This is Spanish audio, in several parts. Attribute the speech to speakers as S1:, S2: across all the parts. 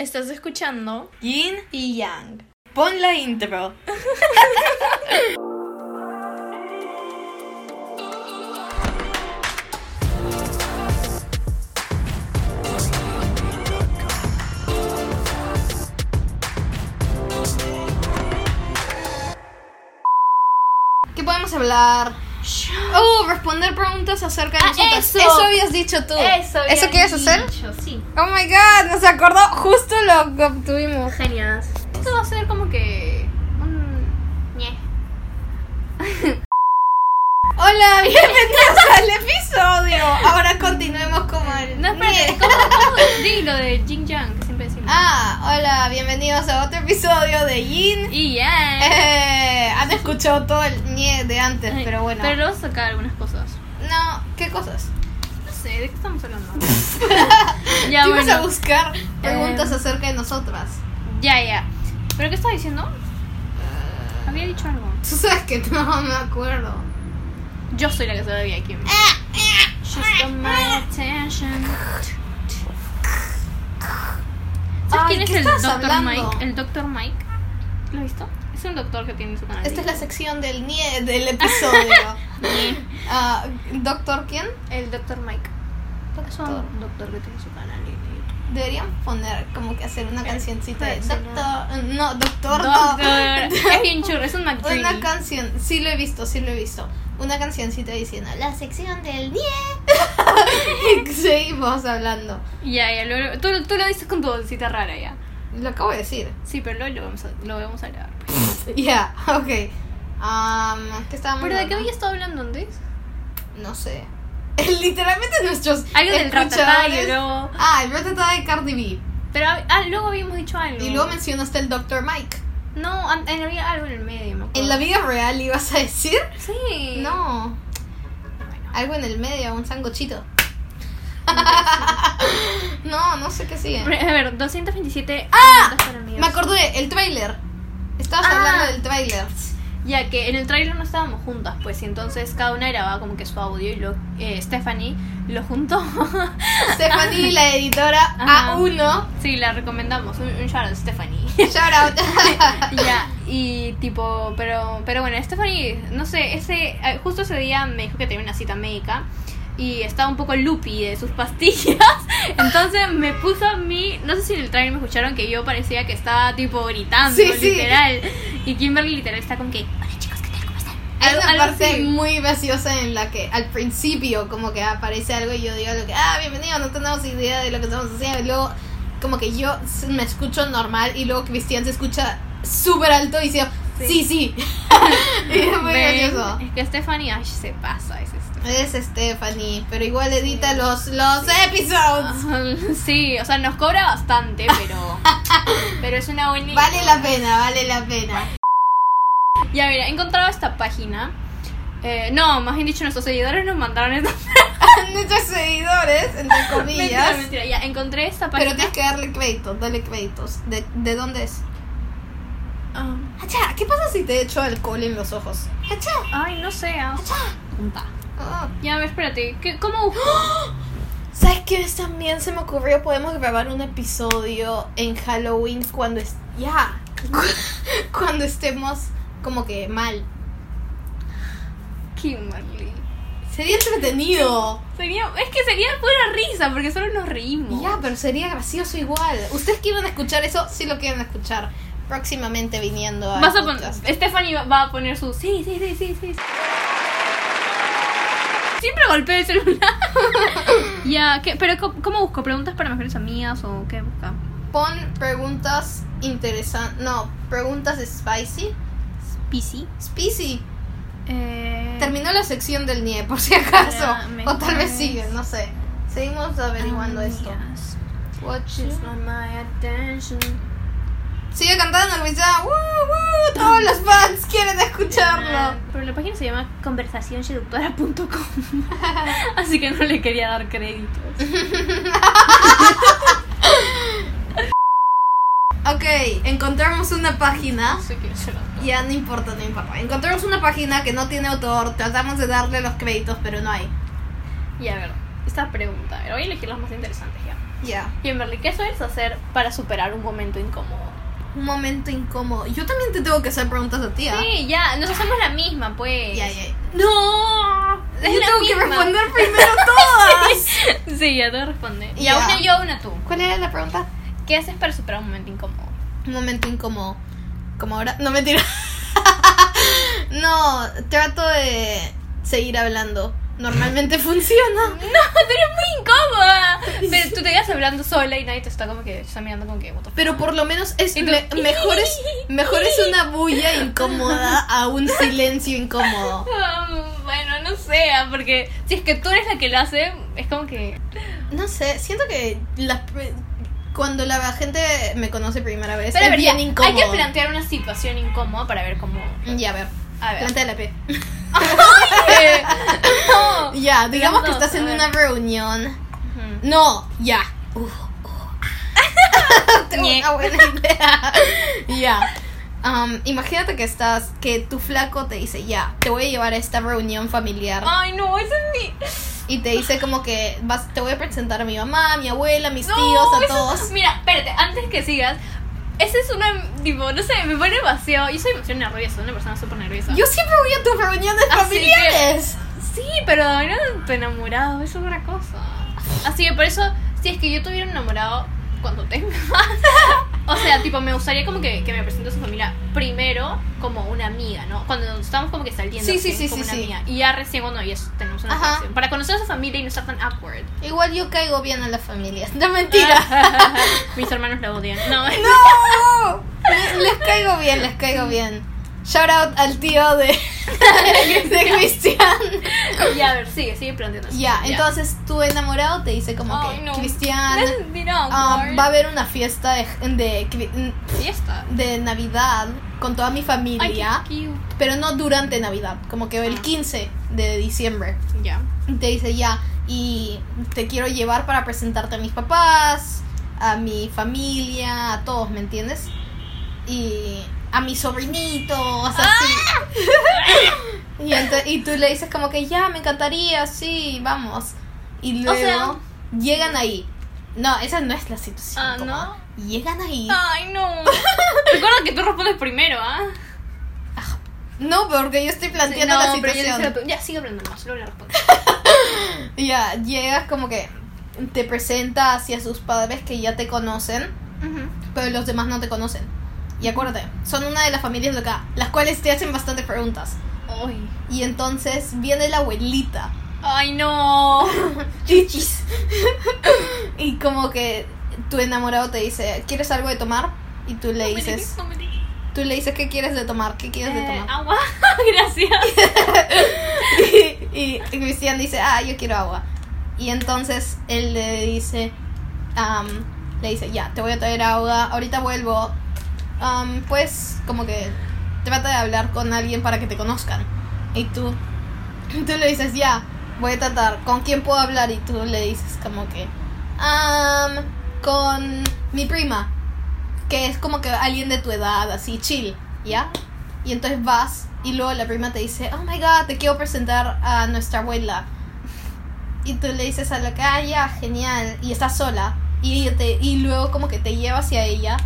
S1: Estás escuchando
S2: Yin,
S1: y Yang.
S2: pon la intro.
S1: ¿Qué podemos hablar? Oh, responder preguntas acerca de
S3: Ah,
S1: nosotras.
S3: eso.
S1: habías dicho tú.
S3: habían
S1: quieres hacer?
S3: dicho, Sí,
S1: Oh my god, nos acordó justo lo que obtuvimos.
S3: genial. Esto va a ser como que. Un. ñe.
S1: Hola, bienvenidos al episodio. Ahora continuemos como el.
S3: No, espérate, ¿cómo, cómo di lo de Jing Yang que siempre decimos?
S1: Ah, hola, bienvenidos a otro episodio de Yin.
S3: Y ya.
S1: Eh, han escuchado todo el nie de antes,
S3: Ay,
S1: pero bueno.
S3: Pero luego sacar algunas cosas.
S1: No, ¿qué cosas?
S3: No sé, ¿de qué estamos hablando? ya,
S1: Vamos a
S3: bueno. Eh.
S1: buscar preguntas acerca de nosotras.
S3: Ya, ya. ¿Pero qué estaba diciendo? Había dicho algo.
S1: Tú sabes que no me acuerdo.
S3: Yo soy la que se debía aquí. She's got my
S1: Ah,
S3: attention. ¿Sabes
S1: Ay,
S3: quién es
S1: ¿qué
S3: el
S1: estás
S3: Dr.
S1: hablando?
S3: Mike? El Dr. Mike. ¿Lo has visto? Es un doctor que tiene su canal. de
S1: Esta Este es la
S3: YouTube.
S1: sección del nie del episodio. Ah, ¿Doctor quién?
S3: El Dr. Mike. Es
S1: Doctor.
S3: un doctor que tiene su canal de YouTube.
S1: Deberían poner como que hacer
S3: Eh,
S1: una cancioncita de
S3: sí,
S1: Doctor. No, Doctor, no.
S3: Doctor. Es bien churro, es un
S1: Una
S3: McDreamy.
S1: canción. Sí lo he visto, sí lo he visto. Una cancioncita diciendo la sección del nie. y seguimos hablando.
S3: Ya, ya, lo- tú, tú lo dices con tu bolsita rara ya.
S1: Lo acabo de decir.
S3: Sí, pero luego lo vamos a, lo vamos a grabar.
S1: Ya, ok. Am, ¿Qué estábamos
S3: ¿Pero de qué
S1: hablando?
S3: había estado hablando antes?
S1: No sé. Literalmente nuestros.
S3: Algo del ratatá y
S1: escuchadores-
S3: luego...
S1: Ah, el ratatá de Cardi B.
S3: Pero ah, luego habíamos dicho algo.
S1: Y luego mencionaste el Dr. Mike.
S3: No, an- en- había algo en el medio, me acuerdo.
S1: ¿En la vida real ibas a decir?
S3: Sí.
S1: No.
S3: Bueno.
S1: Algo en el medio, un sangochito. no, no sé qué sigue.
S3: Pero, A ver, 227
S1: ¡Ah!
S3: preguntas para amigos.
S1: Me acordé, el tráiler. Estabas
S3: Ah.
S1: hablando del tráiler.
S3: Ya que en el trailer no estábamos juntas, pues, y entonces cada una grababa como que su audio y lo, eh, Stephanie lo juntó.
S1: Stephanie, la editora
S3: Ajá.
S1: A1.
S3: sí, la recomendamos. Un, un shout out, Stephanie.
S1: Shout out.
S3: ya, y tipo, pero, pero bueno, Stephanie, no sé, ese eh, justo ese día me dijo que tenía una cita médica y estaba un poco loopy de sus pastillas. Entonces me puso a mí, no sé si en el trailer me escucharon que yo parecía que estaba tipo gritando,
S1: Sí, sí.
S3: literal. Y Kimberly literal está con que, hola chicos, ¿qué tal? ¿Cómo están?
S1: Hay
S3: Algo-
S1: una
S3: algo
S1: parte
S3: así.
S1: muy graciosa en la que al principio como que aparece algo y yo digo lo que, ah, bienvenido, no tenemos idea de lo que estamos haciendo. Y luego como que yo s- me escucho normal y luego Cristian se escucha súper alto y dice, sí, sí. y es muy
S3: Ven,
S1: gracioso.
S3: Es que Stephanie, ay, se pasa, es esto.
S1: Es Stephanie, pero igual edita los, los
S3: Ah.
S1: episodios.
S3: Sí, o sea, nos cobra bastante, pero. pero es una buena.
S1: Vale la pena, vale la pena.
S3: Ya, mira, he encontrado esta página. Eh, no, más bien dicho, nuestros seguidores nos mandaron esta
S1: Nuestros seguidores, entre
S3: Mentira,
S1: comillas.
S3: mentira, ya, encontré esta
S1: Pero
S3: página.
S1: tienes que darle créditos, dale créditos. ¿De, de dónde es?
S3: Ah,
S1: Achá, ¿qué pasa si te echo alcohol en los ojos? Achá.
S3: ay, no sé. ah, punta.
S1: Ah.
S3: Ya, a ver, espérate. ¿qué- ¿Cómo busco?
S1: ¿Sabes qué vez también se me ocurrió? Podemos grabar un episodio en Halloween cuando es ya cuando estemos como que mal.
S3: Kimberly?
S1: Sería entretenido.
S3: Sería, es que sería pura risa, porque solo nos reímos.
S1: Ya, pero sería gracioso igual. Ustedes quieren escuchar eso, sí lo quieren escuchar. Próximamente viniendo a.
S3: Vas a poner. Stephanie va- va a poner su. Sí, sí, sí, sí, sí. Siempre golpeo el celular. ya, ¿qué- pero co- ¿cómo busco? ¿Preguntas para mejores amigas o qué busca?
S1: Pon preguntas interesantes. No, preguntas spicy.
S3: PC.
S1: Spicy.
S3: Eh,
S1: Terminó la sección del NIE, por si acaso.
S3: Para
S1: O tal vez
S3: mejores-
S1: sigue, no sé. Seguimos
S3: Ah,
S1: averiguando esto.
S3: amigas.
S1: What you-
S3: Just want my attention.
S1: Sigue cantando, Luisa. ¡Woo, woo! Todos los fans quieren
S3: Ah,
S1: escucharlo.
S3: Pero la página se llama conversacionseductora.com. Así que no le quería dar créditos.
S1: Ok, encontramos una página.
S3: sé qué será.
S1: Ya no importa, no importa. Encontramos una página que no tiene autor. Tratamos de darle los créditos, pero no hay.
S3: Y a ver, esta pregunta. A ver, voy a elegir las más interesantes ya.
S1: Ya.
S3: Kimberly, ¿qué sueles hacer para superar un momento incómodo?
S1: Un momento incómodo. Yo también te tengo que hacer preguntas a ti, ¿ah?
S3: Sí, ya, nos hacemos la misma, pues.
S1: Ya, ya.
S3: ¡No!
S1: Yo
S3: es la
S1: tengo que
S3: misma.
S1: responder primero todas.
S3: Sí, ya te responde. Y
S1: Ya.
S3: a una yo, a una tú.
S1: ¿Cuál era la pregunta?
S3: ¿Qué haces para superar un momento incómodo?
S1: Un momento incómodo. Como ahora. No, mentira. no, trato de seguir hablando. Normalmente
S3: No,
S1: funciona.
S3: pero es muy incómoda. Pero tú te quedas hablando sola y nadie te está como que te está mirando como que what the
S1: Pero por lo menos es
S3: Y tú-
S1: me- mejor, es, mejor es una bulla incómoda a un silencio incómodo.
S3: fuck. Um, Bueno, no sé, ah, porque si es que tú eres la que lo hace, es como que
S1: No sé, siento que las pr- cuando la gente me conoce primera vez
S3: Pero a
S1: es
S3: ver,
S1: bien
S3: ya,
S1: incómodo.
S3: Hay que plantear una situación incómoda para ver cómo.
S1: Ya, a ver.
S3: A ver.
S1: Plantea la P.
S3: Eh, no.
S1: Ya, digamos
S3: Digamos
S1: que
S3: dos,
S1: estás en
S3: a ver.
S1: una reunión.
S3: Ujú.
S1: No, ya. Uf, uf. Tengo
S3: Ñe.
S1: una buena idea. Ya. Um, imagínate que estás, que tu flaco te dice, ya, te voy a llevar a esta reunión familiar.
S3: Ay, no, ese es mi.
S1: Y te dice como que vas, te voy a presentar a mi mamá, a mi abuela, a mis
S3: No,
S1: tíos, a
S3: eso-
S1: todos.
S3: Mira, espérate, antes que sigas, ese es una, tipo, no sé, me pone demasiado. Yo soy demasiado nerviosa, soy una persona súper nerviosa.
S1: Yo siempre voy a tus reuniones
S3: Así
S1: familiares.
S3: sí, pero no tu enamorado, eso es otra cosa. Así que por eso, si es que yo tuviera un enamorado cuando tenga. o sea, tipo, me gustaría como que, que me presente a su familia primero como una amiga, ¿no? Cuando estamos como que saliendo.
S1: Sí, sí,
S3: recién,
S1: sí,
S3: como
S1: sí,
S3: una
S1: sí.
S3: amiga. Y ya recién cuando ya tenemos una
S1: Ajá.
S3: relación. Para conocer a su familia y no estar tan awkward.
S1: Igual yo caigo bien a las familias. No mentira.
S3: Mis hermanos la odian. No,
S1: No. Les, les caigo bien, les caigo bien. Shout out al tío de, de Cristian.
S3: Ya, a ver, sigue, sigue planteando.
S1: Ya, entonces tu enamorado te dice como
S3: Ay,
S1: que
S3: no.
S1: Cristian
S3: This is not
S1: ah,
S3: awkward.
S1: va a haber una fiesta de, de, cri-
S3: Fiesta.
S1: de Navidad con toda mi
S3: Ay, qué
S1: familia,
S3: cute.
S1: pero no durante Navidad, como que el
S3: Ah.
S1: 15 de diciembre.
S3: Ya.
S1: Y te dice ya, y te quiero llevar para presentarte a mis papás, a mi familia, a todos, ¿me entiendes? Y a mis sobrinitos, así.
S3: ¡Ah!
S1: y, ento- y tú le dices como que ya, me encantaría, sí, vamos. Y luego
S3: O sea-
S1: llegan ahí. No, esa no es la situación.
S3: Ah, ¿no? Ah.
S1: cómoda. Llegan ahí.
S3: Ay, no. Recuerda que tú respondes primero, ¿ah?
S1: No, porque yo estoy planteando
S3: Sí,
S1: la
S3: no, pero yo
S1: situación.
S3: decía lo- Ya, sigue hablando más, luego le respondo.
S1: Ya, llegas como que te presenta hacia sus padres que ya te conocen. pero los demás no te conocen. Y acuérdate, son una de las familias de acá, las cuales te hacen bastantes preguntas.
S3: Ay.
S1: Y entonces viene la abuelita.
S3: Ay, no.
S1: Chichis. y como que tu enamorado te dice, ¿quieres algo de tomar? Y tú le
S3: No me
S1: dices,
S3: digas, no me digas.
S1: tú le dices, ¿qué quieres de tomar? ¿Qué quieres de
S3: Eh,
S1: tomar?
S3: Agua, gracias.
S1: y, y Cristian dice, ah, yo quiero agua. Y entonces él le dice, am, le dice, ya, te voy a traer agua, ahorita vuelvo. Am, pues como que trata de hablar con alguien para que te conozcan. Y tú, tú le dices, ya, voy a tratar, ¿con quién puedo hablar? Y tú le dices como que, am, con mi prima, que es como que alguien de tu edad, así, chill, ¿ya? Y entonces vas y luego la prima te dice, oh my god, te quiero presentar a nuestra abuela. Y tú le dices a la que, ah, ya, genial, y estás sola. Y, ella te, y luego como que te lleva hacia ella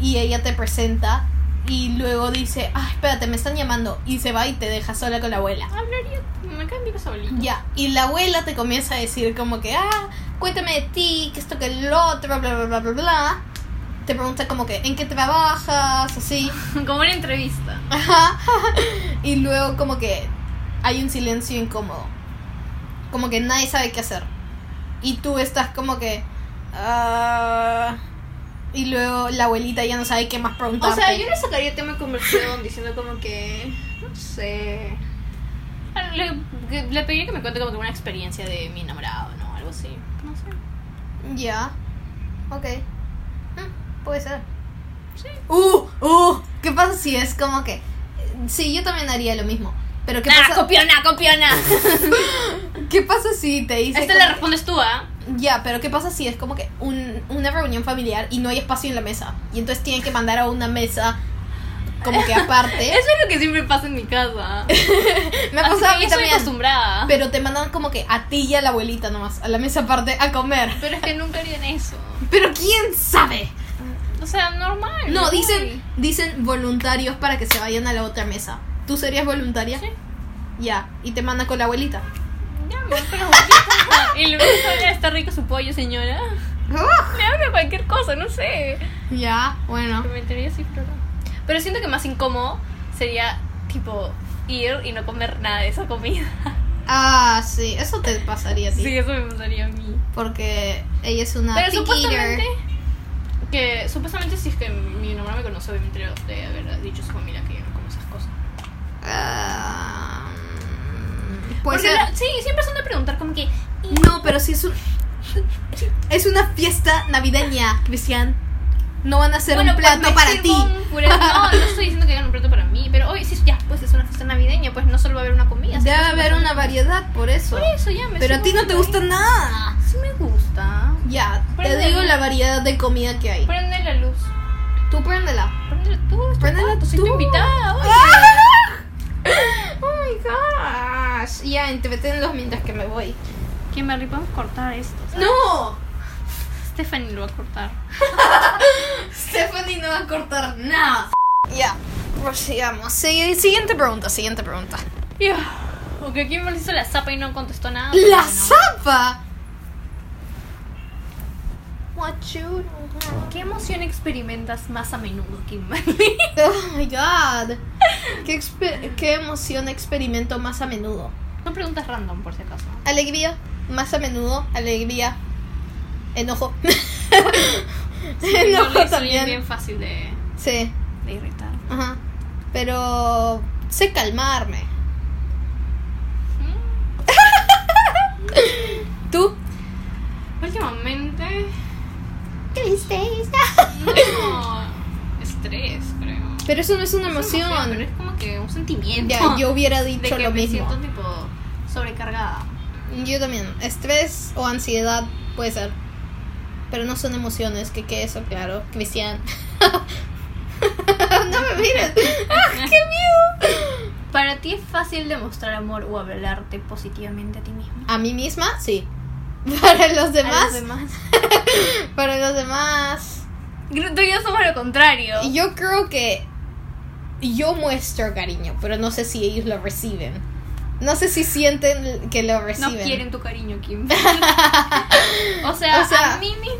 S1: y ella te presenta y luego dice, ah, espérate, me están llamando. Y se va y te deja sola con la abuela.
S3: Hablaría. Me cae bien solito.
S1: Ya, y la abuela te comienza a decir como que, ah, cuéntame de ti, que esto, que el otro, bla, bla, bla, bla, bla. Te pregunta como que, ¿en qué trabajas? Así.
S3: Como una entrevista.
S1: Ajá. y luego como que hay un silencio incómodo. Como que nadie sabe qué hacer. Y tú estás como que... "Ah". y luego la abuelita ya no sabe qué más preguntar.
S3: O sea, yo le sacaría tema de conversación diciendo como que. No sé. Ah, Le, que- le pediría que me cuente como que una experiencia de mi enamorado, ¿no? Algo así. No sé.
S1: Ya. Ok. Mm, puede ser.
S3: Sí.
S1: ¡Uh! ¡Uh! ¿Qué pasa si es como que... Sí, yo también haría lo mismo. Pero ¿qué
S3: Nah,
S1: pasa,
S3: copiona, copiona.
S1: ¿qué pasa si te dice...
S3: Esta le
S1: como que-
S3: respondes tú, ¿ah?
S1: Ya, pero ¿qué pasa si es como que un- una reunión familiar y no hay espacio en la mesa? Y entonces tienen que mandar a una mesa como que aparte.
S3: Eso es lo que siempre pasa en mi casa.
S1: ¿Eh? me ha pasado a mí
S3: yo estoy
S1: también.
S3: acostumbrada.
S1: Pero te mandan como que a ti y a la abuelita nomás, a la mesa aparte, a comer.
S3: Pero es que nunca harían eso.
S1: Pero quién sabe.
S3: O sea, normal.
S1: No,
S3: me voy.
S1: dicen, dicen voluntarios para que se vayan a la otra mesa. ¿Tú serías voluntaria?
S3: Sí.
S1: Ya, y te mandan con la abuelita.
S3: Ya, me voy con la abuelita. Y luego sale, está rico su pollo, señora. Me habla cualquier cosa, no sé.
S1: Ya, bueno.
S3: Pero me entraría así, pero no. Pero siento que más incómodo sería, tipo, ir y no comer nada de esa comida.
S1: Ah, sí, eso te pasaría a ti.
S3: Sí, eso me pasaría a mí.
S1: Porque ella es una
S3: Pero
S1: picky
S3: supuestamente
S1: eater.
S3: que supuestamente si es que mi mamá me conoce obviamente de haber dicho a su familia que yo no como esas cosas.
S1: Ah, puede
S3: Porque
S1: ser-
S3: la- sí, siempre son de preguntar como que
S1: No, pero sí es un. Es una fiesta navideña, Cristian. No van a hacer
S3: bueno,
S1: un
S3: pues,
S1: plato
S3: me
S1: para
S3: sirvo
S1: ti.
S3: un puré. No, no estoy diciendo que hagan un plato para mí, pero hoy sí ya, pues es una fiesta navideña, pues no solo va a haber una comida,
S1: Debe
S3: sino que
S1: haber
S3: va a
S1: una variedad, por eso.
S3: Por eso ya me
S1: Pero a
S3: sirvo
S1: ti no
S3: un
S1: te
S3: puré.
S1: gusta nada.
S3: Sí me gusta.
S1: Ya, te
S3: Prende
S1: digo
S3: la-
S1: la variedad de comida que hay.
S3: Prende la luz.
S1: Tú préndela.
S3: Prende tú, es tu
S1: Préndela
S3: cuarto, Ah, pues soy tu
S1: tú.
S3: invitada. oye.
S1: Oh my gosh. Ya, entreténlos mientras que me voy.
S3: ¿Quién me arriba? cortar esto. ¿sabes?
S1: ¡No!
S3: Stephanie lo va a cortar.
S1: Stephanie no va a cortar nada. Ya, prosigamos. Sí, siguiente pregunta, siguiente pregunta.
S3: Yo, o que quién me hizo la zapa y no contestó nada. pero
S1: ¡La
S3: Ah, pues bueno.
S1: zapa! What you
S3: ¿Qué emoción experimentas más a menudo, Kimberly?
S1: Oh my god. ¿Qué, exper- qué emoción experimento más a menudo?
S3: Son preguntas random, por si acaso.
S1: Alegría, más a menudo. Alegría, enojo.
S3: Kimberly soy
S1: enojo
S3: bien
S1: también.
S3: fácil de,
S1: Sí,
S3: de irritar.
S1: ajá. Pero sé calmarme.
S3: Mm.
S1: ¿Tú?
S3: Últimamente,
S1: Tristeza.
S3: no. estrés, creo.
S1: Pero eso no es una
S3: Es una
S1: emoción.
S3: Pero es como que un sentimiento.
S1: Ya, yo hubiera
S3: de
S1: dicho
S3: que
S1: lo
S3: me
S1: mismo.
S3: siento tipo sobrecargada.
S1: Yo también. Estrés o ansiedad puede ser. Pero no son emociones, que quede eso claro. Cristian. no me mires. ¡Ah, qué miedo!
S3: Para ti es fácil demostrar amor o hablarte positivamente a ti misma.
S1: A mí misma, sí. Para los
S3: A
S1: demás,
S3: los demás.
S1: para los demás.
S3: Tú y yo somos lo contrario.
S1: Y Yo creo que yo muestro cariño, pero no sé si ellos lo reciben. No sé si sienten que lo
S3: No
S1: reciben.
S3: quieren tu cariño, Kim. o, sea,
S1: O sea-
S3: a mí mismo.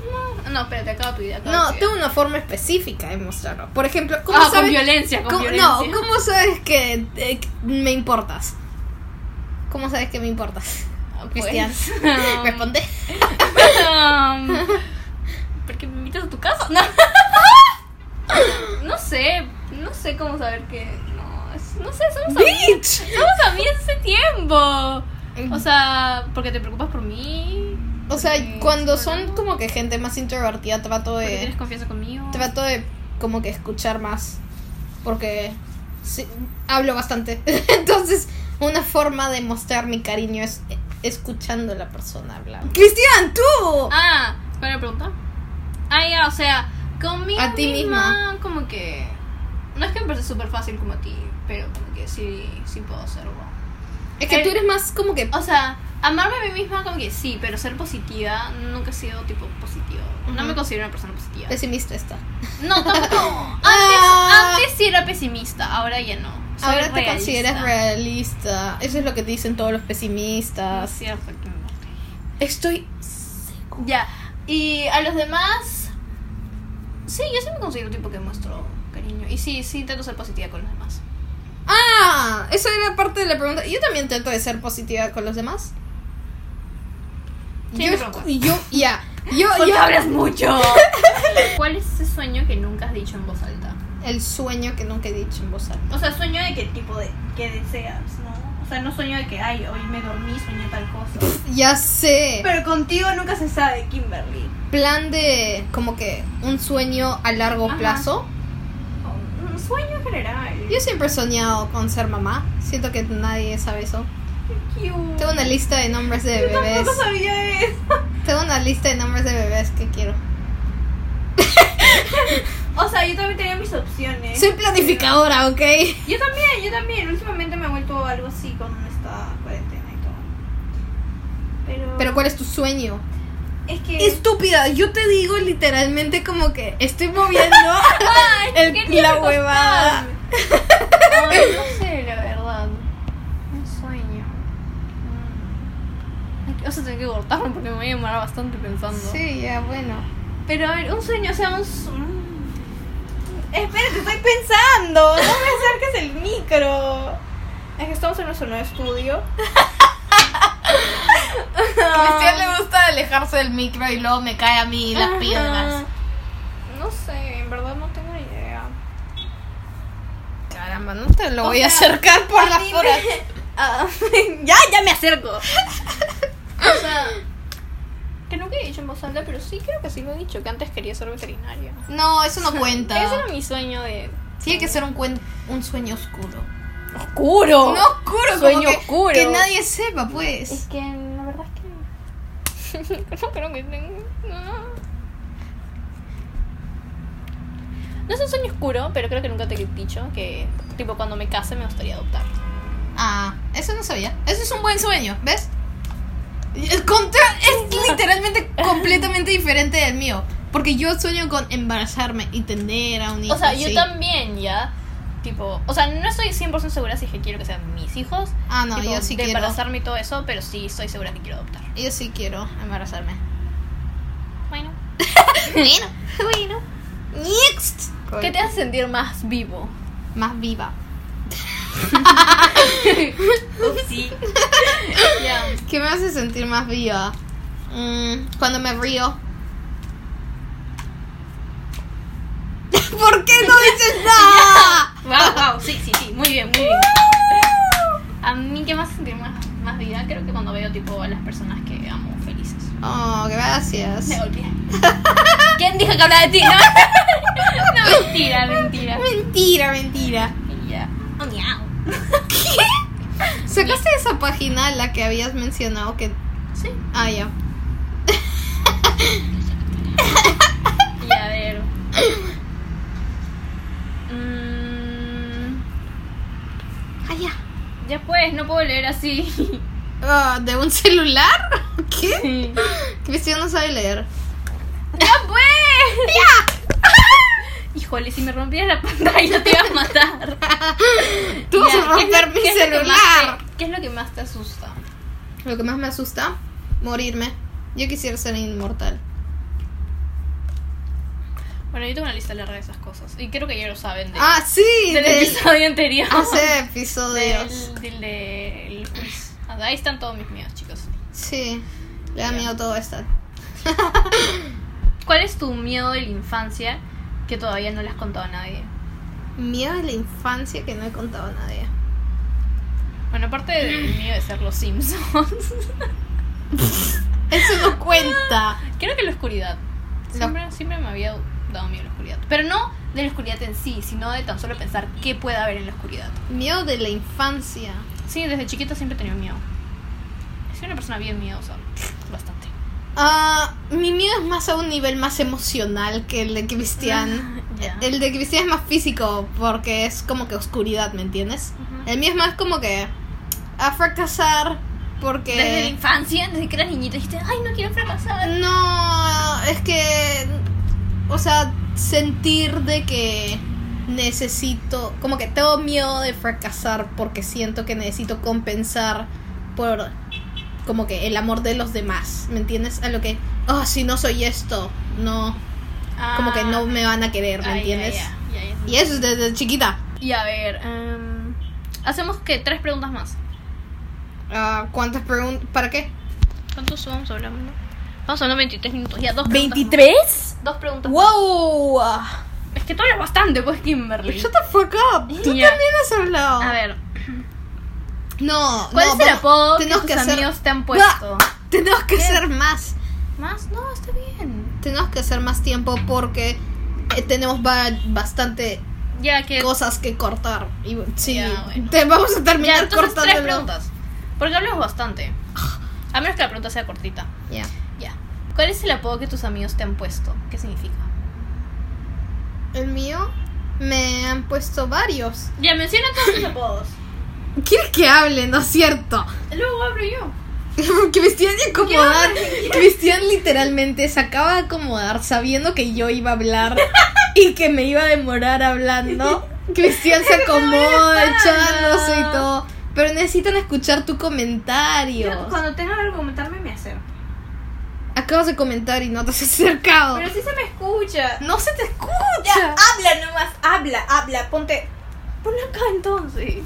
S3: No, espérate, acaba tu idea. acaba
S1: No,
S3: tu idea.
S1: tengo una forma específica de mostrarlo. Por ejemplo, ¿cómo
S3: Ah, con
S1: sabes?
S3: violencia, con
S1: ¿Cómo-
S3: violencia.
S1: no, ¿cómo sabes que eh, me importas? ¿Cómo sabes que me importas?
S3: Pues,
S1: Cristian,
S3: um,
S1: responde.
S3: um, porque me invitas a tu casa. No. no sé, no sé cómo saber que. No, es- no sé, somos amigas.
S1: ¡Bitch!
S3: Somos amigas hace tiempo. O sea, porque te preocupas por mí.
S1: O sea,
S3: porque
S1: cuando
S3: somos
S1: son
S3: amigos,
S1: como que gente más introvertida, trato
S3: Porque tienes
S1: de.
S3: confianza conmigo.
S1: Trato de como que escuchar más. Porque sí, hablo bastante. Entonces, una forma de mostrar mi cariño es eh, escuchando a la persona hablar. ¡Cristian, tú!
S3: Ah, ¿cuál era la pregunta? Ah, ya, o sea, conmigo
S1: A ti misma.
S3: como que... No es que me parece súper fácil como a ti, pero como que sí, sí puedo hacerlo.
S1: es que
S3: el-
S1: tú eres más como que.
S3: O sea, amarme a mí misma como que sí, pero ser positiva nunca he sido tipo positivo. No
S1: Ujú.
S3: me considero una persona positiva.
S1: Pesimista está.
S3: No, tampoco. Antes,
S1: Ah.
S3: antes sí era pesimista, ahora ya no. Soy
S1: Ahora te
S3: realista.
S1: consideras realista. Eso es lo que dicen todos los
S3: No es
S1: pesimistas.
S3: cierto que me maté.
S1: Estoy.
S3: Ya. Y a los demás. Sí, yo sí me considero tipo que muestro cariño. Y sí, sí intento ser positiva con los demás.
S1: ¡Ah! Esa era parte de la pregunta. Yo también trato de ser positiva con los demás.
S3: Sí,
S1: Yo,
S3: me
S1: escu-
S3: preocupa.
S1: yo, ya. Yo, yo-
S3: mucho. ¿Cuál es ese sueño que nunca has dicho en voz alta?
S1: El sueño que nunca he dicho en voz alta.
S3: O sea, sueño de qué tipo de que deseas, ¿no? O sea, no sueño de que, ay, hoy me dormí, soñé tal cosa.
S1: Ya sé.
S3: Pero contigo nunca se sabe, Kimberly.
S1: Plan de como que un sueño a largo
S3: Ajá.
S1: plazo.
S3: Oh, Un sueño general.
S1: Yo siempre he soñado con ser mamá. Siento que nadie sabe eso.
S3: Qué cute.
S1: Tengo una lista de nombres de
S3: Yo
S1: bebés.
S3: tampoco sabía eso.
S1: Tengo una lista de nombres de bebés que quiero.
S3: O sea, sea, yo también tenía mis opciones.
S1: Soy planificadora, ¿ok?
S3: Yo también, yo también. Últimamente me he vuelto algo así con esta cuarentena y todo. Pero.
S1: Pero ¿cuál es tu sueño?
S3: es que.
S1: Estúpida, yo te digo literalmente como que estoy moviendo
S3: Ay,
S1: el-
S3: quería
S1: la
S3: recostarme.
S1: huevada.
S3: Ay, no sé, la verdad. Un sueño. Mm. O sea, tengo que cortarlo porque me voy a demorar bastante pensando.
S1: Sí, ya, bueno.
S3: Pero a ver, un sueño, o sea, un. su- mm.
S1: Espérate, estoy pensando.
S3: No me acerques el micro. Es que estamos en nuestro nuevo estudio. Ah.
S1: Cristian le gusta alejarse del micro y luego me cae a mí las
S3: Ajá.
S1: piedras.
S3: No sé, en verdad no tengo idea.
S1: Caramba, no te lo
S3: O
S1: voy a
S3: sea,
S1: acercar por
S3: a
S1: las
S3: mí me-
S1: foras.
S3: Ah, ya, ya me acerco. O sea, que nunca he dicho en voz alta, pero sí creo que sí lo he dicho, que antes quería ser veterinaria.
S1: No, eso no cuenta.
S3: Ese era mi sueño de...
S1: Tiene que ser un, cuen- un sueño oscuro.
S3: ¡Oscuro!
S1: No oscuro,
S3: Sueño
S1: como que,
S3: oscuro.
S1: Que nadie sepa,
S3: Es
S1: pues.
S3: que la verdad es que... no creo que tenga... No. No es un sueño oscuro, pero creo que nunca te he dicho que, tipo, cuando me case me gustaría adoptar.
S1: Ah, eso no sabía. Eso es un buen sueño, ¿ves? El contra es literalmente completamente diferente del mío. Porque yo sueño con embarazarme y tener a un hijo.
S3: O sea, yo
S1: sí.
S3: también ya. Tipo, o sea, no estoy 100% segura si es que quiero que sean mis hijos.
S1: Ah, no,
S3: tipo,
S1: yo sí
S3: de
S1: quiero.
S3: embarazarme y todo eso, pero sí estoy segura que quiero adoptar.
S1: Yo sí quiero embarazarme.
S3: Bueno.
S1: bueno,
S3: Bueno.
S1: next.
S3: ¿Qué te hace sentir más vivo?
S1: Más viva.
S3: sí.
S1: ¿Qué me hace sentir más viva? Mm, cuando me río. ¿Por qué no dices nada?
S3: Wow, wow, sí, sí, sí. Muy bien, muy bien. A mí, ¿qué me hace sentir más, más vida? Creo que cuando veo, tipo, a las personas que amo felices.
S1: Oh, gracias.
S3: Me olvidé. ¿Quién dijo que hablaba de ti? No, no mentira, mentira.
S1: Mentira, mentira.
S3: Y Ya. Oh, miau.
S1: ¿Sacaste esa página la que habías mencionado que...
S3: Sí.
S1: Ah, ya.
S3: Y a ver. Mm,
S1: Ah, ya.
S3: ya pues, no puedo leer así.
S1: Ah, ¿De un celular? ¿Qué?
S3: ¡Ya
S1: Cristian no sabe leer.
S3: pues!
S1: ¡Ya!
S3: Híjole, si me rompieras la pantalla te iba a matar.
S1: Tú vas
S3: Ya,
S1: a romper mi
S3: ¿qué es lo- qué es lo que
S1: celular.
S3: más te- ¿Qué es lo que más te asusta?
S1: Lo que más me asusta, morirme. Yo quisiera ser inmortal.
S3: Bueno, yo tengo una lista larga de esas cosas. Y creo que ya lo saben de-
S1: Ah, sí,
S3: del
S1: del-
S3: episodio anterior.
S1: hace episodios.
S3: del, del, del quiz. Ah, Ahí están todos mis miedos, chicos.
S1: Sí, le da miedo todo esto.
S3: ¿Cuál es tu miedo de la infancia que todavía no le has contado a nadie?
S1: Miedo de la infancia que no he contado a nadie.
S3: Bueno, aparte del mío de ser los Simpsons,
S1: Eso no cuenta.
S3: creo que la oscuridad. Siempre, siempre me había dado miedo la oscuridad. Pero no de la oscuridad en sí, sino de tan solo pensar qué puede haber en la oscuridad.
S1: Miedo de la infancia.
S3: Sí, desde chiquita siempre he tenido miedo. Soy una persona bien miedosa, bastante.
S1: Ah, mi miedo es más a un nivel más emocional que el de Cristian.
S3: Ah, Ya.
S1: El de Cristian es más físico porque es como que oscuridad, ¿me entiendes?
S3: Ujú.
S1: El mío es más como que a fracasar porque...
S3: Desde la infancia, desde que eras niñita, dijiste, ay, no quiero fracasar.
S1: No, es que, o sea, sentir de que necesito, como que tengo miedo de fracasar porque siento que necesito compensar por como que el amor de los demás, ¿me entiendes? A lo que, oh, si no soy esto, no, como que no me van a querer, ¿me
S3: Ah, ya,
S1: entiendes?
S3: ya, ya, ya.
S1: Y eso es desde chiquita.
S3: Y a ver, em, hacemos que tres preguntas más.
S1: Ah, ¿Cuántas preguntas? ¿Para qué?
S3: ¿Cuántos vamos hablando? Vamos hablando 23 minutos, ya dos preguntas. más.
S1: ¿23?
S3: Dos preguntas.
S1: ¡Wow!
S3: Es que tú hablas bastante, pues, Kimberly.
S1: Shut the fuck up. Tú
S3: Ya.
S1: también has hablado.
S3: A ver,
S1: No,
S3: ¿cuál
S1: no,
S3: es el
S1: vamos-
S3: apodo que
S1: tenemos
S3: tus
S1: que hacer-
S3: amigos te han puesto?
S1: ¡Ah! Tenemos que
S3: ¿Qué?
S1: hacer más.
S3: Más, no, está bien.
S1: Tenemos que hacer más tiempo porque eh, tenemos ba- bastante
S3: Ya que.
S1: cosas que cortar. Y sí,
S3: Eh, Ya, bueno.
S1: te vamos a
S3: Ya,
S1: terminar
S3: entonces tres
S1: cortándolo.
S3: preguntas. Porque hablamos bastante. A menos que la pregunta sea cortita.
S1: Ya.
S3: Ya. ¿Cuál es el apodo que tus amigos te han puesto? ¿Qué significa?
S1: El mío Me han puesto varios.
S3: Ya, menciona todos tus apodos.
S1: ¿Quieres que hable? No es cierto.
S3: Luego hablo yo.
S1: Cristian de acomodar. Cristian literalmente se acaba de acomodar sabiendo que yo iba a hablar y que me iba a demorar hablando. Cristian se acomoda, echándose y todo. Pero necesitan escuchar tu comentario.
S3: Yo, cuando tenga algo que comentarme, me acerco.
S1: Acabas de comentar y no te has acercado.
S3: Pero sí se me escucha.
S1: No se te
S3: Ya,
S1: escucha.
S3: habla nomás. Habla, habla. Ponte. Ponlo acá entonces.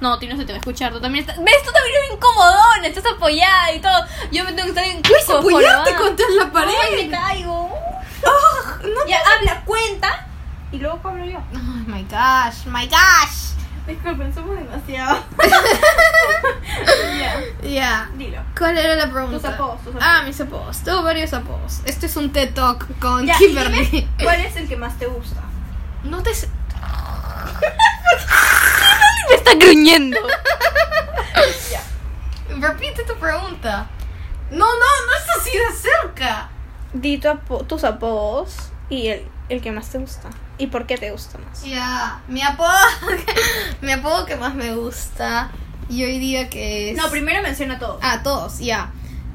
S3: No, a ti no se te va a escuchar. Tú también estás. ¿Ves? Tú también eres incomodón. Estás apoyada y todo. Yo me tengo que estar en.
S1: Puedes
S3: co-
S1: apoyarte
S3: jorobada.
S1: contra la pared.
S3: Ay, me caigo.
S1: Ah, no te-
S3: Ya, habla, cuenta. Y luego hablo yo.
S1: Oh my gosh, my gosh.
S3: Disculpen, somos demasiado. ya,
S1: Ya.
S3: dilo.
S1: ¿Cuál era la pregunta?
S3: Tus apodos, tus apodos.
S1: Ah, mis apodos. Tengo varios apodos. Este es un TED Talk con
S3: Ya, y dime,
S1: Kimberly.
S3: ¿Cuál es el que más te gusta?
S1: No te. s-
S3: Me está gruñendo. ya.
S1: Repite tu pregunta. No, no, no es así de cerca.
S3: Di tu apo- tus apodos y el, el que más te gusta. ¿Y por qué te gusta más?
S1: Ya, mi apodo. mi apodo que más me gusta. Y hoy día que es.
S3: No, primero menciona todos.
S1: Ah, todos, ya.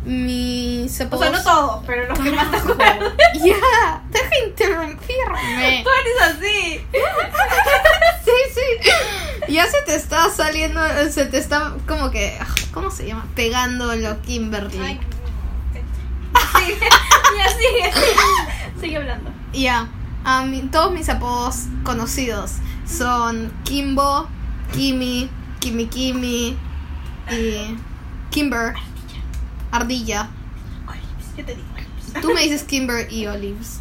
S1: Mis
S3: o
S1: apodos.
S3: sea, no todos, pero los que más te gustan.
S1: Ya, deja interrumpirme.
S3: Tú eres así.
S1: sí, sí. Ya se te está saliendo, se te está como que, ¿cómo se llama? Pegando lo Kimberly.
S3: Ay, sí. Ya sigue. Sigue hablando.
S1: Ya, a mí- todos mis apodos conocidos son Kimbo, Kimi, Kimi Kimi y Kimber, Ardilla.
S3: Olives, yo pues, te digo Olives.
S1: Tú me dices Kimber y Olives.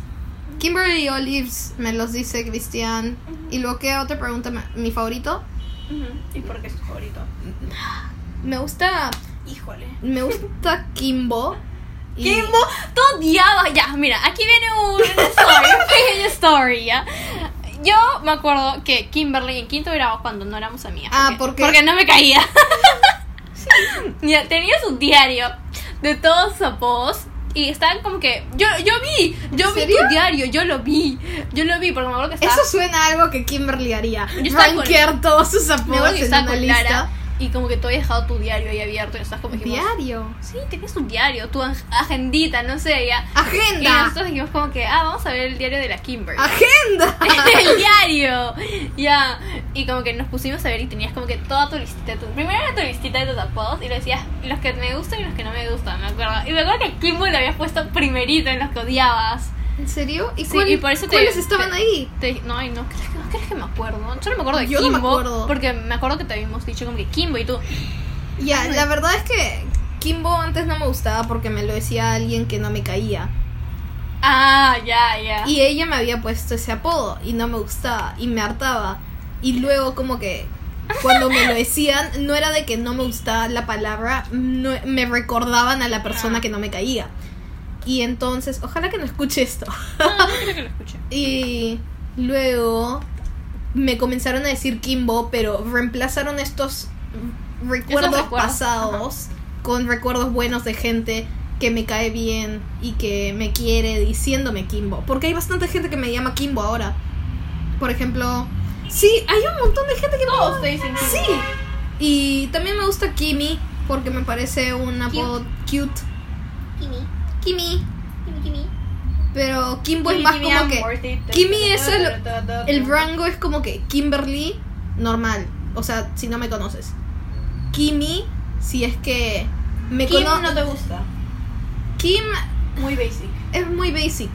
S1: Kimber y Olives me los dice Cristian. Y luego, ¿qué otra pregunta? me- ¿Mi favorito?
S3: Ujú, ¿Y por qué es tu favorito?
S1: Me gusta,
S3: Híjole.
S1: me gusta Kimbo. y-
S3: Kimbo, tú odiabas. Ya, mira, aquí viene un- una story, una pequeña story, ¿ya? Yo me acuerdo que Kimberly en quinto grado, cuando no éramos amigas.
S1: Ah,
S3: porque,
S1: ¿por qué?
S3: Porque no me caía. Ya, tenía su diario de todos sus apodos. Y estaban como que. Yo, yo vi, yo
S1: ¿En
S3: vi
S1: serio?
S3: tu diario, yo lo vi. Yo lo vi, porque me acuerdo que estaba.
S1: Eso suena a algo que Kimberly haría.
S3: estaba con-
S1: Rankear todos sus
S3: me acuerdo
S1: apodos
S3: que
S1: en
S3: estaba
S1: una
S3: con
S1: lista.
S3: Lara. Y como que tú habías dejado tu diario ahí abierto. Y estás como que.
S1: Diario.
S3: Sí, tenías tu diario, tu aj- agendita, no sé, ya. Y
S1: Agenda.
S3: nosotros dijimos como que, ah, vamos a ver el diario de la Kimberly.
S1: Agenda.
S3: el diario. Ya. Y como que nos pusimos a ver y tenías como que toda tu listita. Tu, primero era tu listita de tus apodos y lo decías los que me gustan y los que no me gustan, me acuerdo. Y me acuerdo que Kimbo lo habías puesto primerito en los que odiabas.
S1: ¿En serio? ¿Y,
S3: Sí,
S1: cuál-
S3: y por eso te-
S1: cuáles estaban
S3: te- Ah,
S1: ahí?
S3: Te dije, no, ay, no, ¿crees que, no crees que me acuerdo? Yo no me acuerdo de
S1: Yo no me
S3: Kimbo.
S1: acuerdo.
S3: Porque me acuerdo que te habíamos dicho como que Kimbo y tú.
S1: Ya, la verdad es que Kimbo antes no me gustaba porque me lo decía alguien que no me caía.
S3: Ah, ya, ya.
S1: Y ella me había puesto ese apodo y no me gustaba y me hartaba. Y luego como que cuando me lo decían, no era de que no me gustaba la palabra, no- me recordaban a la persona
S3: Ah.
S1: que no me caía. Y entonces, ojalá que no escuche esto.
S3: No, no Ah, creo que lo escuché.
S1: Y luego me comenzaron a decir Kimbo, pero reemplazaron estos recuerdos,
S3: recuerdos,
S1: pasados con recuerdos buenos de gente que me cae bien y que me quiere diciéndome Kimbo. Porque hay bastante gente que me llama Kimbo ahora. Por ejemplo, sí, hay un montón de gente que me
S3: Todos te dicen Kimbo.
S1: Sí. Y también me gusta Kimi porque me parece un apodo cute.
S3: Kimi,
S1: Kimi,
S3: Kimi, Kimi.
S1: pero Kimbo es
S3: Kimi,
S1: Pues más
S3: Kimi,
S1: como
S3: I'm
S1: que
S3: worth it.
S1: Kimi es el- El rango es como que Kimberly, normal. O sea, si no me conoces. Kimi, si es que me
S3: Kim no
S1: conoces.
S3: te gusta.
S1: Kim
S3: Muy basic.
S1: es muy basic.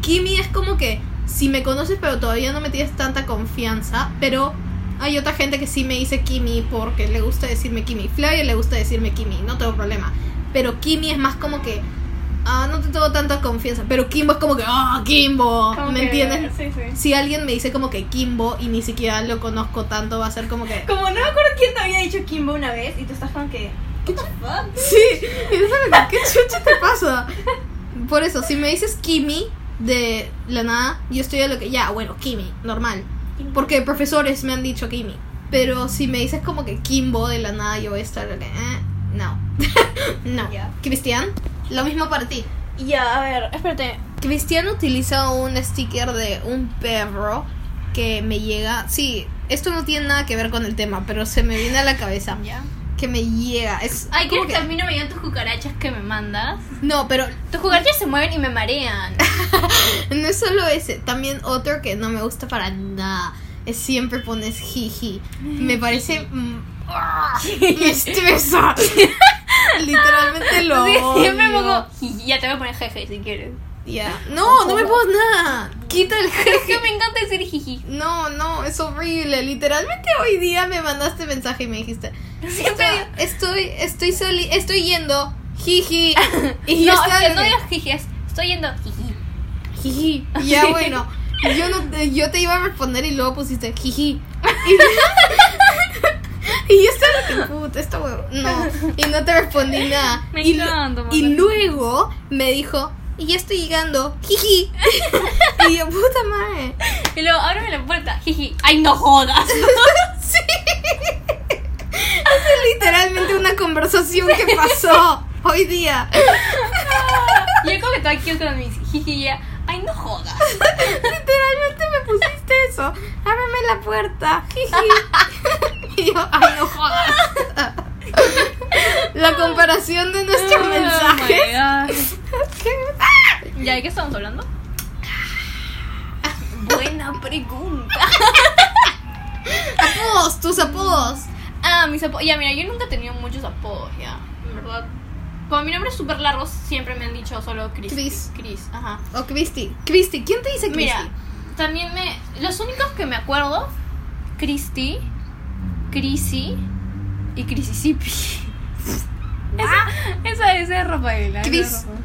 S1: Kimi es como que si me conoces, pero todavía no me tienes tanta confianza. Pero hay otra gente que sí me dice Kimi porque le gusta decirme Kimi. Flavia le gusta decirme Kimi, no tengo problema. Pero Kimi es más como que. Ah, no te tengo tanta confianza. Pero Kimbo es como que. ¡Ah, Kimbo!
S3: Como
S1: ¿Me
S3: que-
S1: entiendes?
S3: Sí, sí.
S1: si alguien me dice como que Kimbo y ni siquiera lo conozco tanto, va a ser como que.
S3: Como no me acuerdo quién te había dicho Kimbo una vez y tú estás como que. ¿Qué the fuck?
S1: Sí, y es como que, ¿qué chucha te pasa? Por eso, si me dices Kimi de la nada, yo estoy a lo que. Ya, bueno, Kimi, normal. Porque profesores me han dicho Kimi. Pero si me dices como que Kimbo de la nada, yo voy a estar. de que, Eh, no. no.
S3: Ya.
S1: Cristian, lo mismo para ti.
S3: Ya, a ver, espérate.
S1: Cristian utiliza un sticker de un perro que me llega. Sí, esto no tiene nada que ver con el tema, pero se me viene a la cabeza.
S3: Ya.
S1: Que me llega. Es
S3: Ay,
S1: como
S3: ¿quieres que a mí no me llegan tus cucarachas que me mandas?
S1: No, pero
S3: Tus cucarachas se mueven y me marean.
S1: no es solo ese. También otro que no me gusta para nada. Es siempre pones jiji. Me parece. mm, ah, me estresa. Literalmente lo.
S3: Sí, siempre me
S1: odio.
S3: pongo. "Jiji". Ya te voy a poner jeje si quieres.
S1: Ya. No, no me pongas nada. Quita el
S3: Es
S1: jeje.
S3: que me encanta decir jiji.
S1: No, no, es horrible. Literalmente hoy día me mandaste mensaje y me dijiste,
S3: Siempre digo-
S1: estoy, estoy, soli- estoy yendo, jiji. Y yo
S3: no, es
S1: estaba
S3: que no
S1: de-
S3: digas jiji, es- estoy yendo jiji.
S1: jiji. Ya bueno, yo no, te- yo te iba a responder y luego pusiste jiji. Y, y yo estaba de que, puta, esta huevo. No, y no te respondí nada.
S3: Me
S1: y, lu-
S3: encanta,
S1: y
S3: mamá.
S1: luego me dijo, y ya estoy llegando, jiji. y yo, puta madre.
S3: Y luego ábreme la puerta, jiji. ¡Ay, no jodas!
S1: Sí. Es literalmente una conversación que pasó hoy día.
S3: y yo como que estaba aquí con mis jiji y ella, ¡ay, no jodas!
S1: Literalmente me pusiste eso. Ábreme la puerta. jiji. Y yo, ay, no jodas. La comparación de
S3: Este Oh,
S1: nuestros mensajes. Ah.
S3: ¿Ya de qué estamos hablando? Buena pregunta.
S1: Apodos, tus apodos.
S3: Ah, mis apodos. Ya, mira, yo nunca he tenido muchos apodos, ya. En verdad. Como mi nombre es súper largo, siempre me han dicho solo Chris.
S1: Chris.
S3: Chris, ajá.
S1: O Christy. Christy, ¿quién te dice Christy?
S3: Mira, también me. Los únicos que me acuerdo: Christy, Chrissy y Crisisipi. Ah. Esa, esa, esa es Rafaela. esa
S1: Chris.
S3: es Rafaela.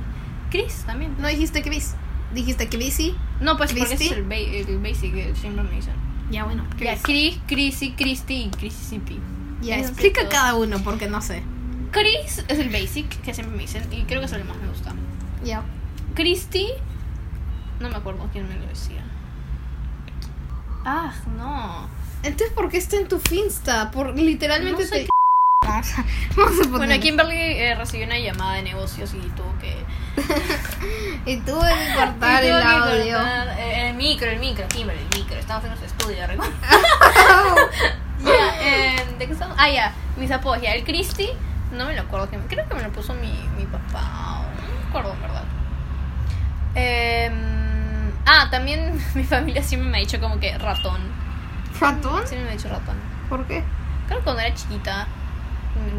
S3: Chris también.
S1: No dijiste Chris. Dijiste Chrissy.
S3: No, pues
S1: Christy.
S3: porque ese es el, ba- el basic, el siempre me dicen.
S1: Ya bueno,
S3: Ya,
S1: Chris.
S3: Chris, Chrissy, Christy y Crisisipi.
S1: Ya,
S3: Eso
S1: explica
S3: sí, todo.
S1: cada uno porque no sé.
S3: Chris es el basic que siempre me dicen y creo que es el que más me gusta.
S1: Ya.
S3: Christy. No me acuerdo quién me lo decía. Ah, no.
S1: Entonces, ¿por qué está en tu Finsta? Por literalmente
S3: No sé
S1: te...
S3: qué-
S1: Vamos a poner.
S3: Bueno, Kimberly eh, recibió una llamada de negocios y tuvo que.
S1: Y tuve que cortar
S3: y tuvo
S1: el
S3: que
S1: audio.
S3: cortar, eh, el micro, el micro, Kimberly, el micro. Estamos en nuestro estudio, recuerda. Ya, eh, ¿de qué estamos? Ah, ya, mis apodos. Ya, el Christy, no me lo acuerdo. Que creo que me lo puso mi, mi papá. o- No me acuerdo, en verdad. Em, ah, también mi familia siempre me ha dicho como que ratón.
S1: ¿Ratón?
S3: Siempre me ha dicho ratón.
S1: ¿Por qué?
S3: Creo que cuando era chiquita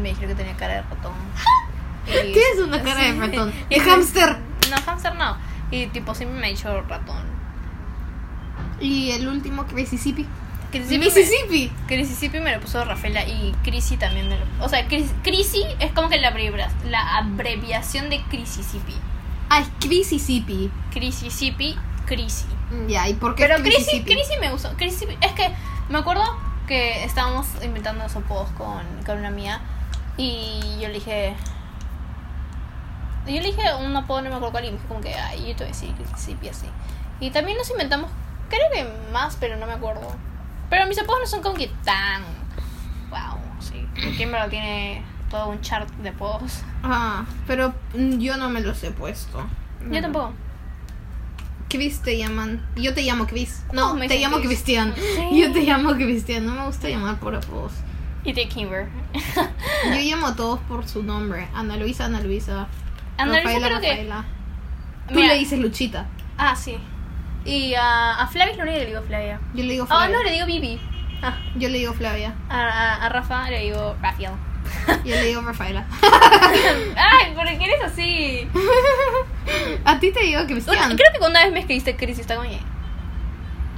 S3: me dijeron que tenía cara de ratón. Y-
S1: Tienes una cara de ratón.
S3: Y
S1: Y hámster.
S3: No, hamster no. Y tipo, siempre me ha dicho ratón.
S1: Y el último, que Mississippi.
S3: Mississippi
S1: Mississippi.
S3: me, Crisisipi me lo puso Rafaela y Crisi también me lo O sea, Cris- Crisi es como que la, abrevia- la abreviación de Crisisipi.
S1: Ah, es Mississippi.
S3: Crisisipi, Crisi.
S1: Ya, ¿y por qué
S3: Mm. Pero
S1: es
S3: Crisi,
S1: Mississippi?
S3: Crisi me gustó. Crisi, es que me acuerdo que estábamos inventando esos apodos con, con una mía y yo le dije. Yo le dije un apodo, no me acuerdo cuál, y me dijo como que, ay, yo te voy a decir Crisipi así. Y también nos inventamos, creo que más, pero no me acuerdo. Pero mis apodos no son como que tan. ¡Wow! Sí. Kimberly tiene todo un chart de apodos.
S1: Ah, pero mm, yo no me los he puesto.
S3: Yo tampoco.
S1: Chris te llaman. Yo te llamo Chris.
S3: Oh,
S1: No,
S3: me
S1: te
S3: dicen
S1: llamo
S3: Chris.
S1: Cristian.
S3: Sí.
S1: Yo te llamo Cristian. No me gusta llamar por apodos.
S3: Y de Kimber.
S1: Yo llamo a todos por su nombre. Ana Luisa, Ana Luisa.
S3: Ana Luisa
S1: Rafaela,
S3: creo que-
S1: Rafaela. Tú
S3: Mira.
S1: le dices Luchita.
S3: Ah, sí. Y a, a Flavis no le digo Flavia.
S1: Yo le digo
S3: Ah,
S1: Flavia.
S3: no, le digo Bibi. Ah,
S1: Yo le digo Flavia.
S3: a, a- a Rafa le digo Rafael.
S1: Yo le digo Rafaela.
S3: Ay, ¿por qué eres así?
S1: a ti te digo
S3: Una-
S1: Cristian.
S3: creo que una vez me escribiste Chris y está como que,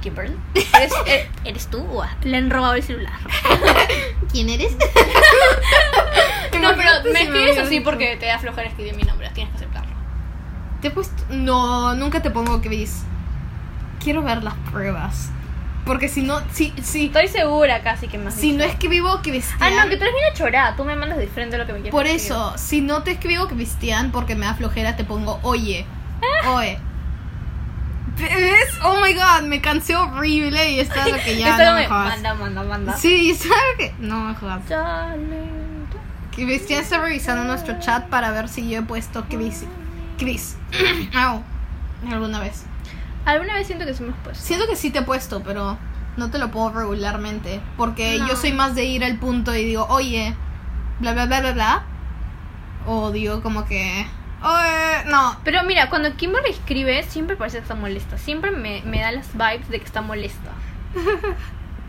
S3: Kimberly. ¿Eres, er- eres tú o a- le han robado el celular?
S1: ¿Quién eres?
S3: No, pero me escribes
S1: hubiera
S3: así
S1: dicho.
S3: porque te da flojera escribir mi nombre, tienes que aceptarlo.
S1: Te he puesto. No, nunca te pongo Chris. Quiero ver las pruebas. Porque si no. Si, si,
S3: Estoy segura casi que más.
S1: si no escribo Cristian.
S3: Ah, no, que tú eres bien chorada, tú me mandas diferente lo que me quieres
S1: Por
S3: escribir.
S1: eso, si no te escribo Cristian porque me da flojera, te pongo oye. Oe. ¿Ves? Oh my god, me cansé horrible y está lo que ya
S3: Está
S1: no
S3: como
S1: me
S3: que,
S1: jodas.
S3: manda, manda, manda.
S1: Sí, ¿sabes que No me jodas.
S3: Dale, dale.
S1: Cristian está revisando nuestro chat para ver si yo he puesto Chris. Chris. Au. Alguna vez.
S3: Alguna vez siento que pues sí me has puesto.
S1: Siento que sí te he puesto, pero no te lo puedo regularmente. Porque
S3: No.
S1: yo soy más de ir al punto y digo, oye, bla, bla, bla, bla, bla. O digo como que, "Oye, no,
S3: Pero mira, cuando Kimberly escribe, siempre parece que está molesta. Siempre me, me da las vibes de que está molesta.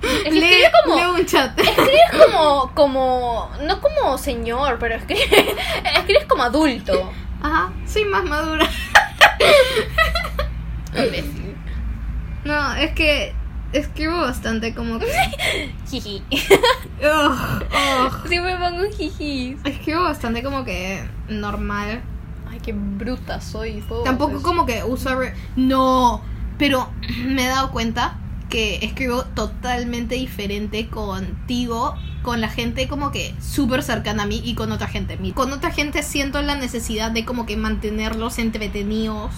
S3: Es que
S1: lee,
S3: escribe como.
S1: lee un chat.
S3: Escribes como, como. No como señor, pero escribe, escribes como adulto.
S1: Ajá, soy más madura.
S3: Imbécil.
S1: No, es que escribo bastante como que...
S3: Jiji.
S1: Ugh, ugh.
S3: Siempre pongo jiji.
S1: Escribo bastante como que normal.
S3: Ay, qué bruta soy. todo
S1: Tampoco
S3: eso.
S1: como que uso... re- No, pero me he dado cuenta que escribo totalmente diferente contigo, con la gente como que súper cercana a mí y con otra gente. Mi- Con otra gente siento la necesidad de como que mantenerlos entretenidos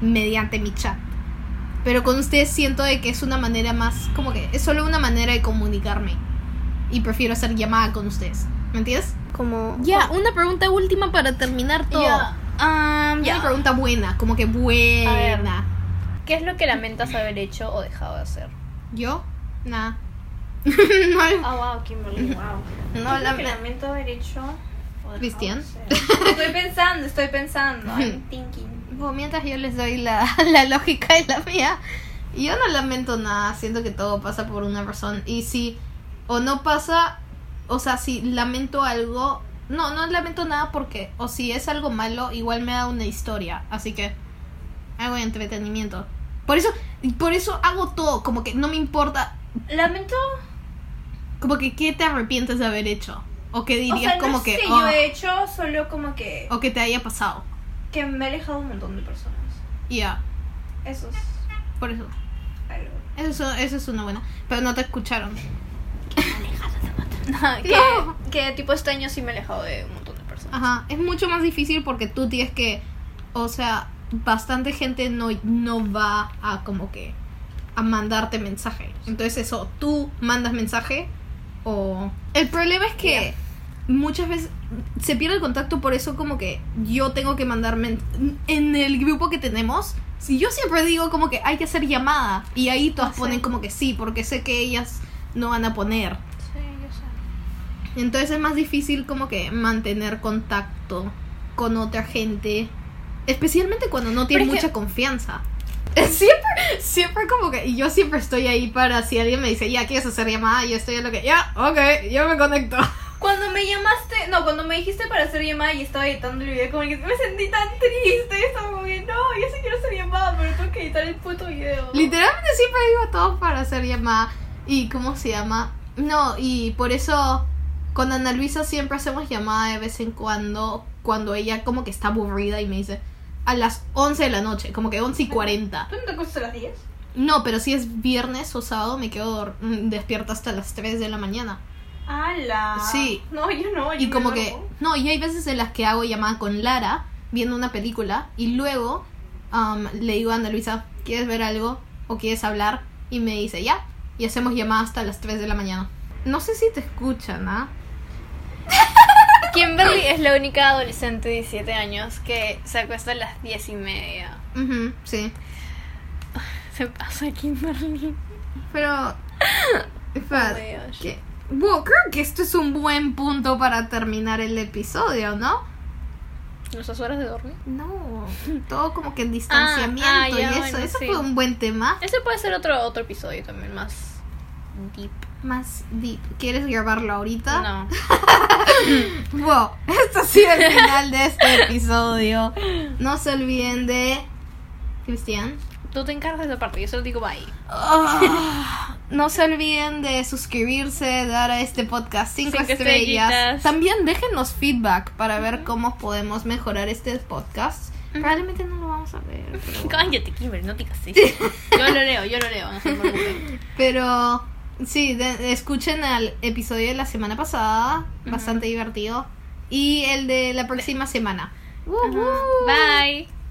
S1: mediante mi chat. Pero con ustedes siento de que es una manera más, como que es solo una manera de comunicarme. Y prefiero hacer llamada con ustedes. ¿Me entiendes? Oh.
S3: Como.
S1: Ya, una pregunta última para terminar todo.
S3: Ya. Ah,
S1: Una
S3: ya.
S1: pregunta buena, como que
S3: A ver.
S1: buena.
S3: ¿Qué es lo que lamentas haber hecho o dejado de hacer?
S1: ¿Yo? Nada. no,
S3: Ah, wow, Kimberly, wow.
S1: no la-
S3: lamento haber hecho. o dejado de
S1: Cristian.
S3: hacer? Estoy pensando, estoy pensando. I'm thinking.
S1: Bueno, mientras yo les doy la, la lógica y la mía, yo no lamento nada, siento que todo pasa por una razón. Y si o no pasa, o sea, si lamento algo, no, no lamento nada porque, o si es algo malo, igual me da una historia. Así que hago entretenimiento. Por eso, y por eso hago todo, como que no me importa,
S3: Lamento.
S1: como que qué te arrepientes de haber hecho. O qué
S3: O
S1: dirías
S3: sea, no
S1: como
S3: es
S1: que...
S3: que
S1: "Oh",
S3: yo he hecho, solo como que.
S1: o que te haya pasado.
S3: Que me he alejado un montón de personas.
S1: Ya,
S3: Eso es
S1: por eso.
S3: algo.
S1: Eso, eso es una buena. Pero no te escucharon.
S3: que,
S1: No.
S3: que tipo este año sí me he alejado de un montón de personas.
S1: Ajá, es mucho más difícil porque tú tienes que, o sea, bastante gente no, no va a como que a mandarte mensaje. Entonces eso, tú mandas mensaje o... El problema es que
S3: Ya.
S1: muchas veces se pierde el contacto, por eso como que yo tengo que mandarme en el grupo que tenemos. Si yo siempre digo como que hay que hacer llamada y ahí todas
S3: Ah, sí.
S1: ponen como que sí, porque sé que ellas no van a poner.
S3: Sí, yo sé.
S1: Entonces es más difícil como que mantener contacto con otra gente. Especialmente cuando no tienes
S3: Pero es
S1: mucha
S3: que-
S1: confianza. Siempre, siempre como que y yo siempre estoy ahí para si alguien me dice, ya, ¿quieres hacer llamada? Yo estoy en lo que, ya, ok, yo me conecto.
S3: Cuando me llamaste, no, cuando me dijiste para hacer llamada y estaba editando el video, como que me sentí tan triste. Y estaba como que, no, yo sí quiero hacer llamada, pero tengo que editar el puto video.
S1: Literalmente siempre digo todo para hacer llamada. ¿Y cómo se llama? No, y por eso con Ana Luisa siempre hacemos llamada de vez en cuando, cuando ella como que está aburrida y me dice, a las 11 de la noche, como que 11 y 40.
S3: ¿Tú no te acuestas a las 10?
S1: No, pero si es viernes o sábado me quedo dor- mm, despierta hasta las 3 de la mañana.
S3: ¡Hala!
S1: Sí.
S3: No, yo no. Yo
S1: Y
S3: me
S1: como que...
S3: duermo.
S1: No, y hay veces en las que hago llamada con Lara viendo una película y luego am, le digo a Ana Luisa, ¿quieres ver algo o quieres hablar? Y me dice, ya. Y hacemos llamada hasta las 3 de la mañana. No sé si te escuchan, ¿ah?
S3: Kimberly es la única adolescente de 17 años que se acuesta a las 10 y media.
S1: Ujú, sí.
S3: Se pasa Kimberly.
S1: Pero... espera,
S3: Dios.
S1: ¿qué? Bueno, creo que esto es un buen punto para terminar el episodio, ¿no?
S3: ¿Nuestras horas de dormir?
S1: No, todo como que en distanciamiento
S3: ah,
S1: y
S3: ya,
S1: eso.
S3: bueno,
S1: eso
S3: sí.
S1: fue un buen tema.
S3: Ese puede ser otro, otro episodio también, más deep.
S1: Más deep. ¿Quieres grabarlo ahorita?
S3: No.
S1: Wow, esto ha sido el final de este episodio. No se olviden de. Cristian.
S3: Tú te encargas de esa parte, yo solo digo bye.
S1: Ah, no se olviden de suscribirse, dar a este podcast 5
S3: Cinco
S1: estrellas.
S3: estrellitas.
S1: También déjenos feedback para ver cómo podemos mejorar este podcast.
S3: Ujú.
S1: Probablemente no lo vamos a ver. pero bueno.
S3: Cállate, Kimberly, no digas eso. Yo lo leo, yo lo leo, no se preocupen.
S1: Pero sí, de- escuchen al episodio de la semana pasada, bastante divertido. Y el de la próxima semana. Ujú.
S3: Bye.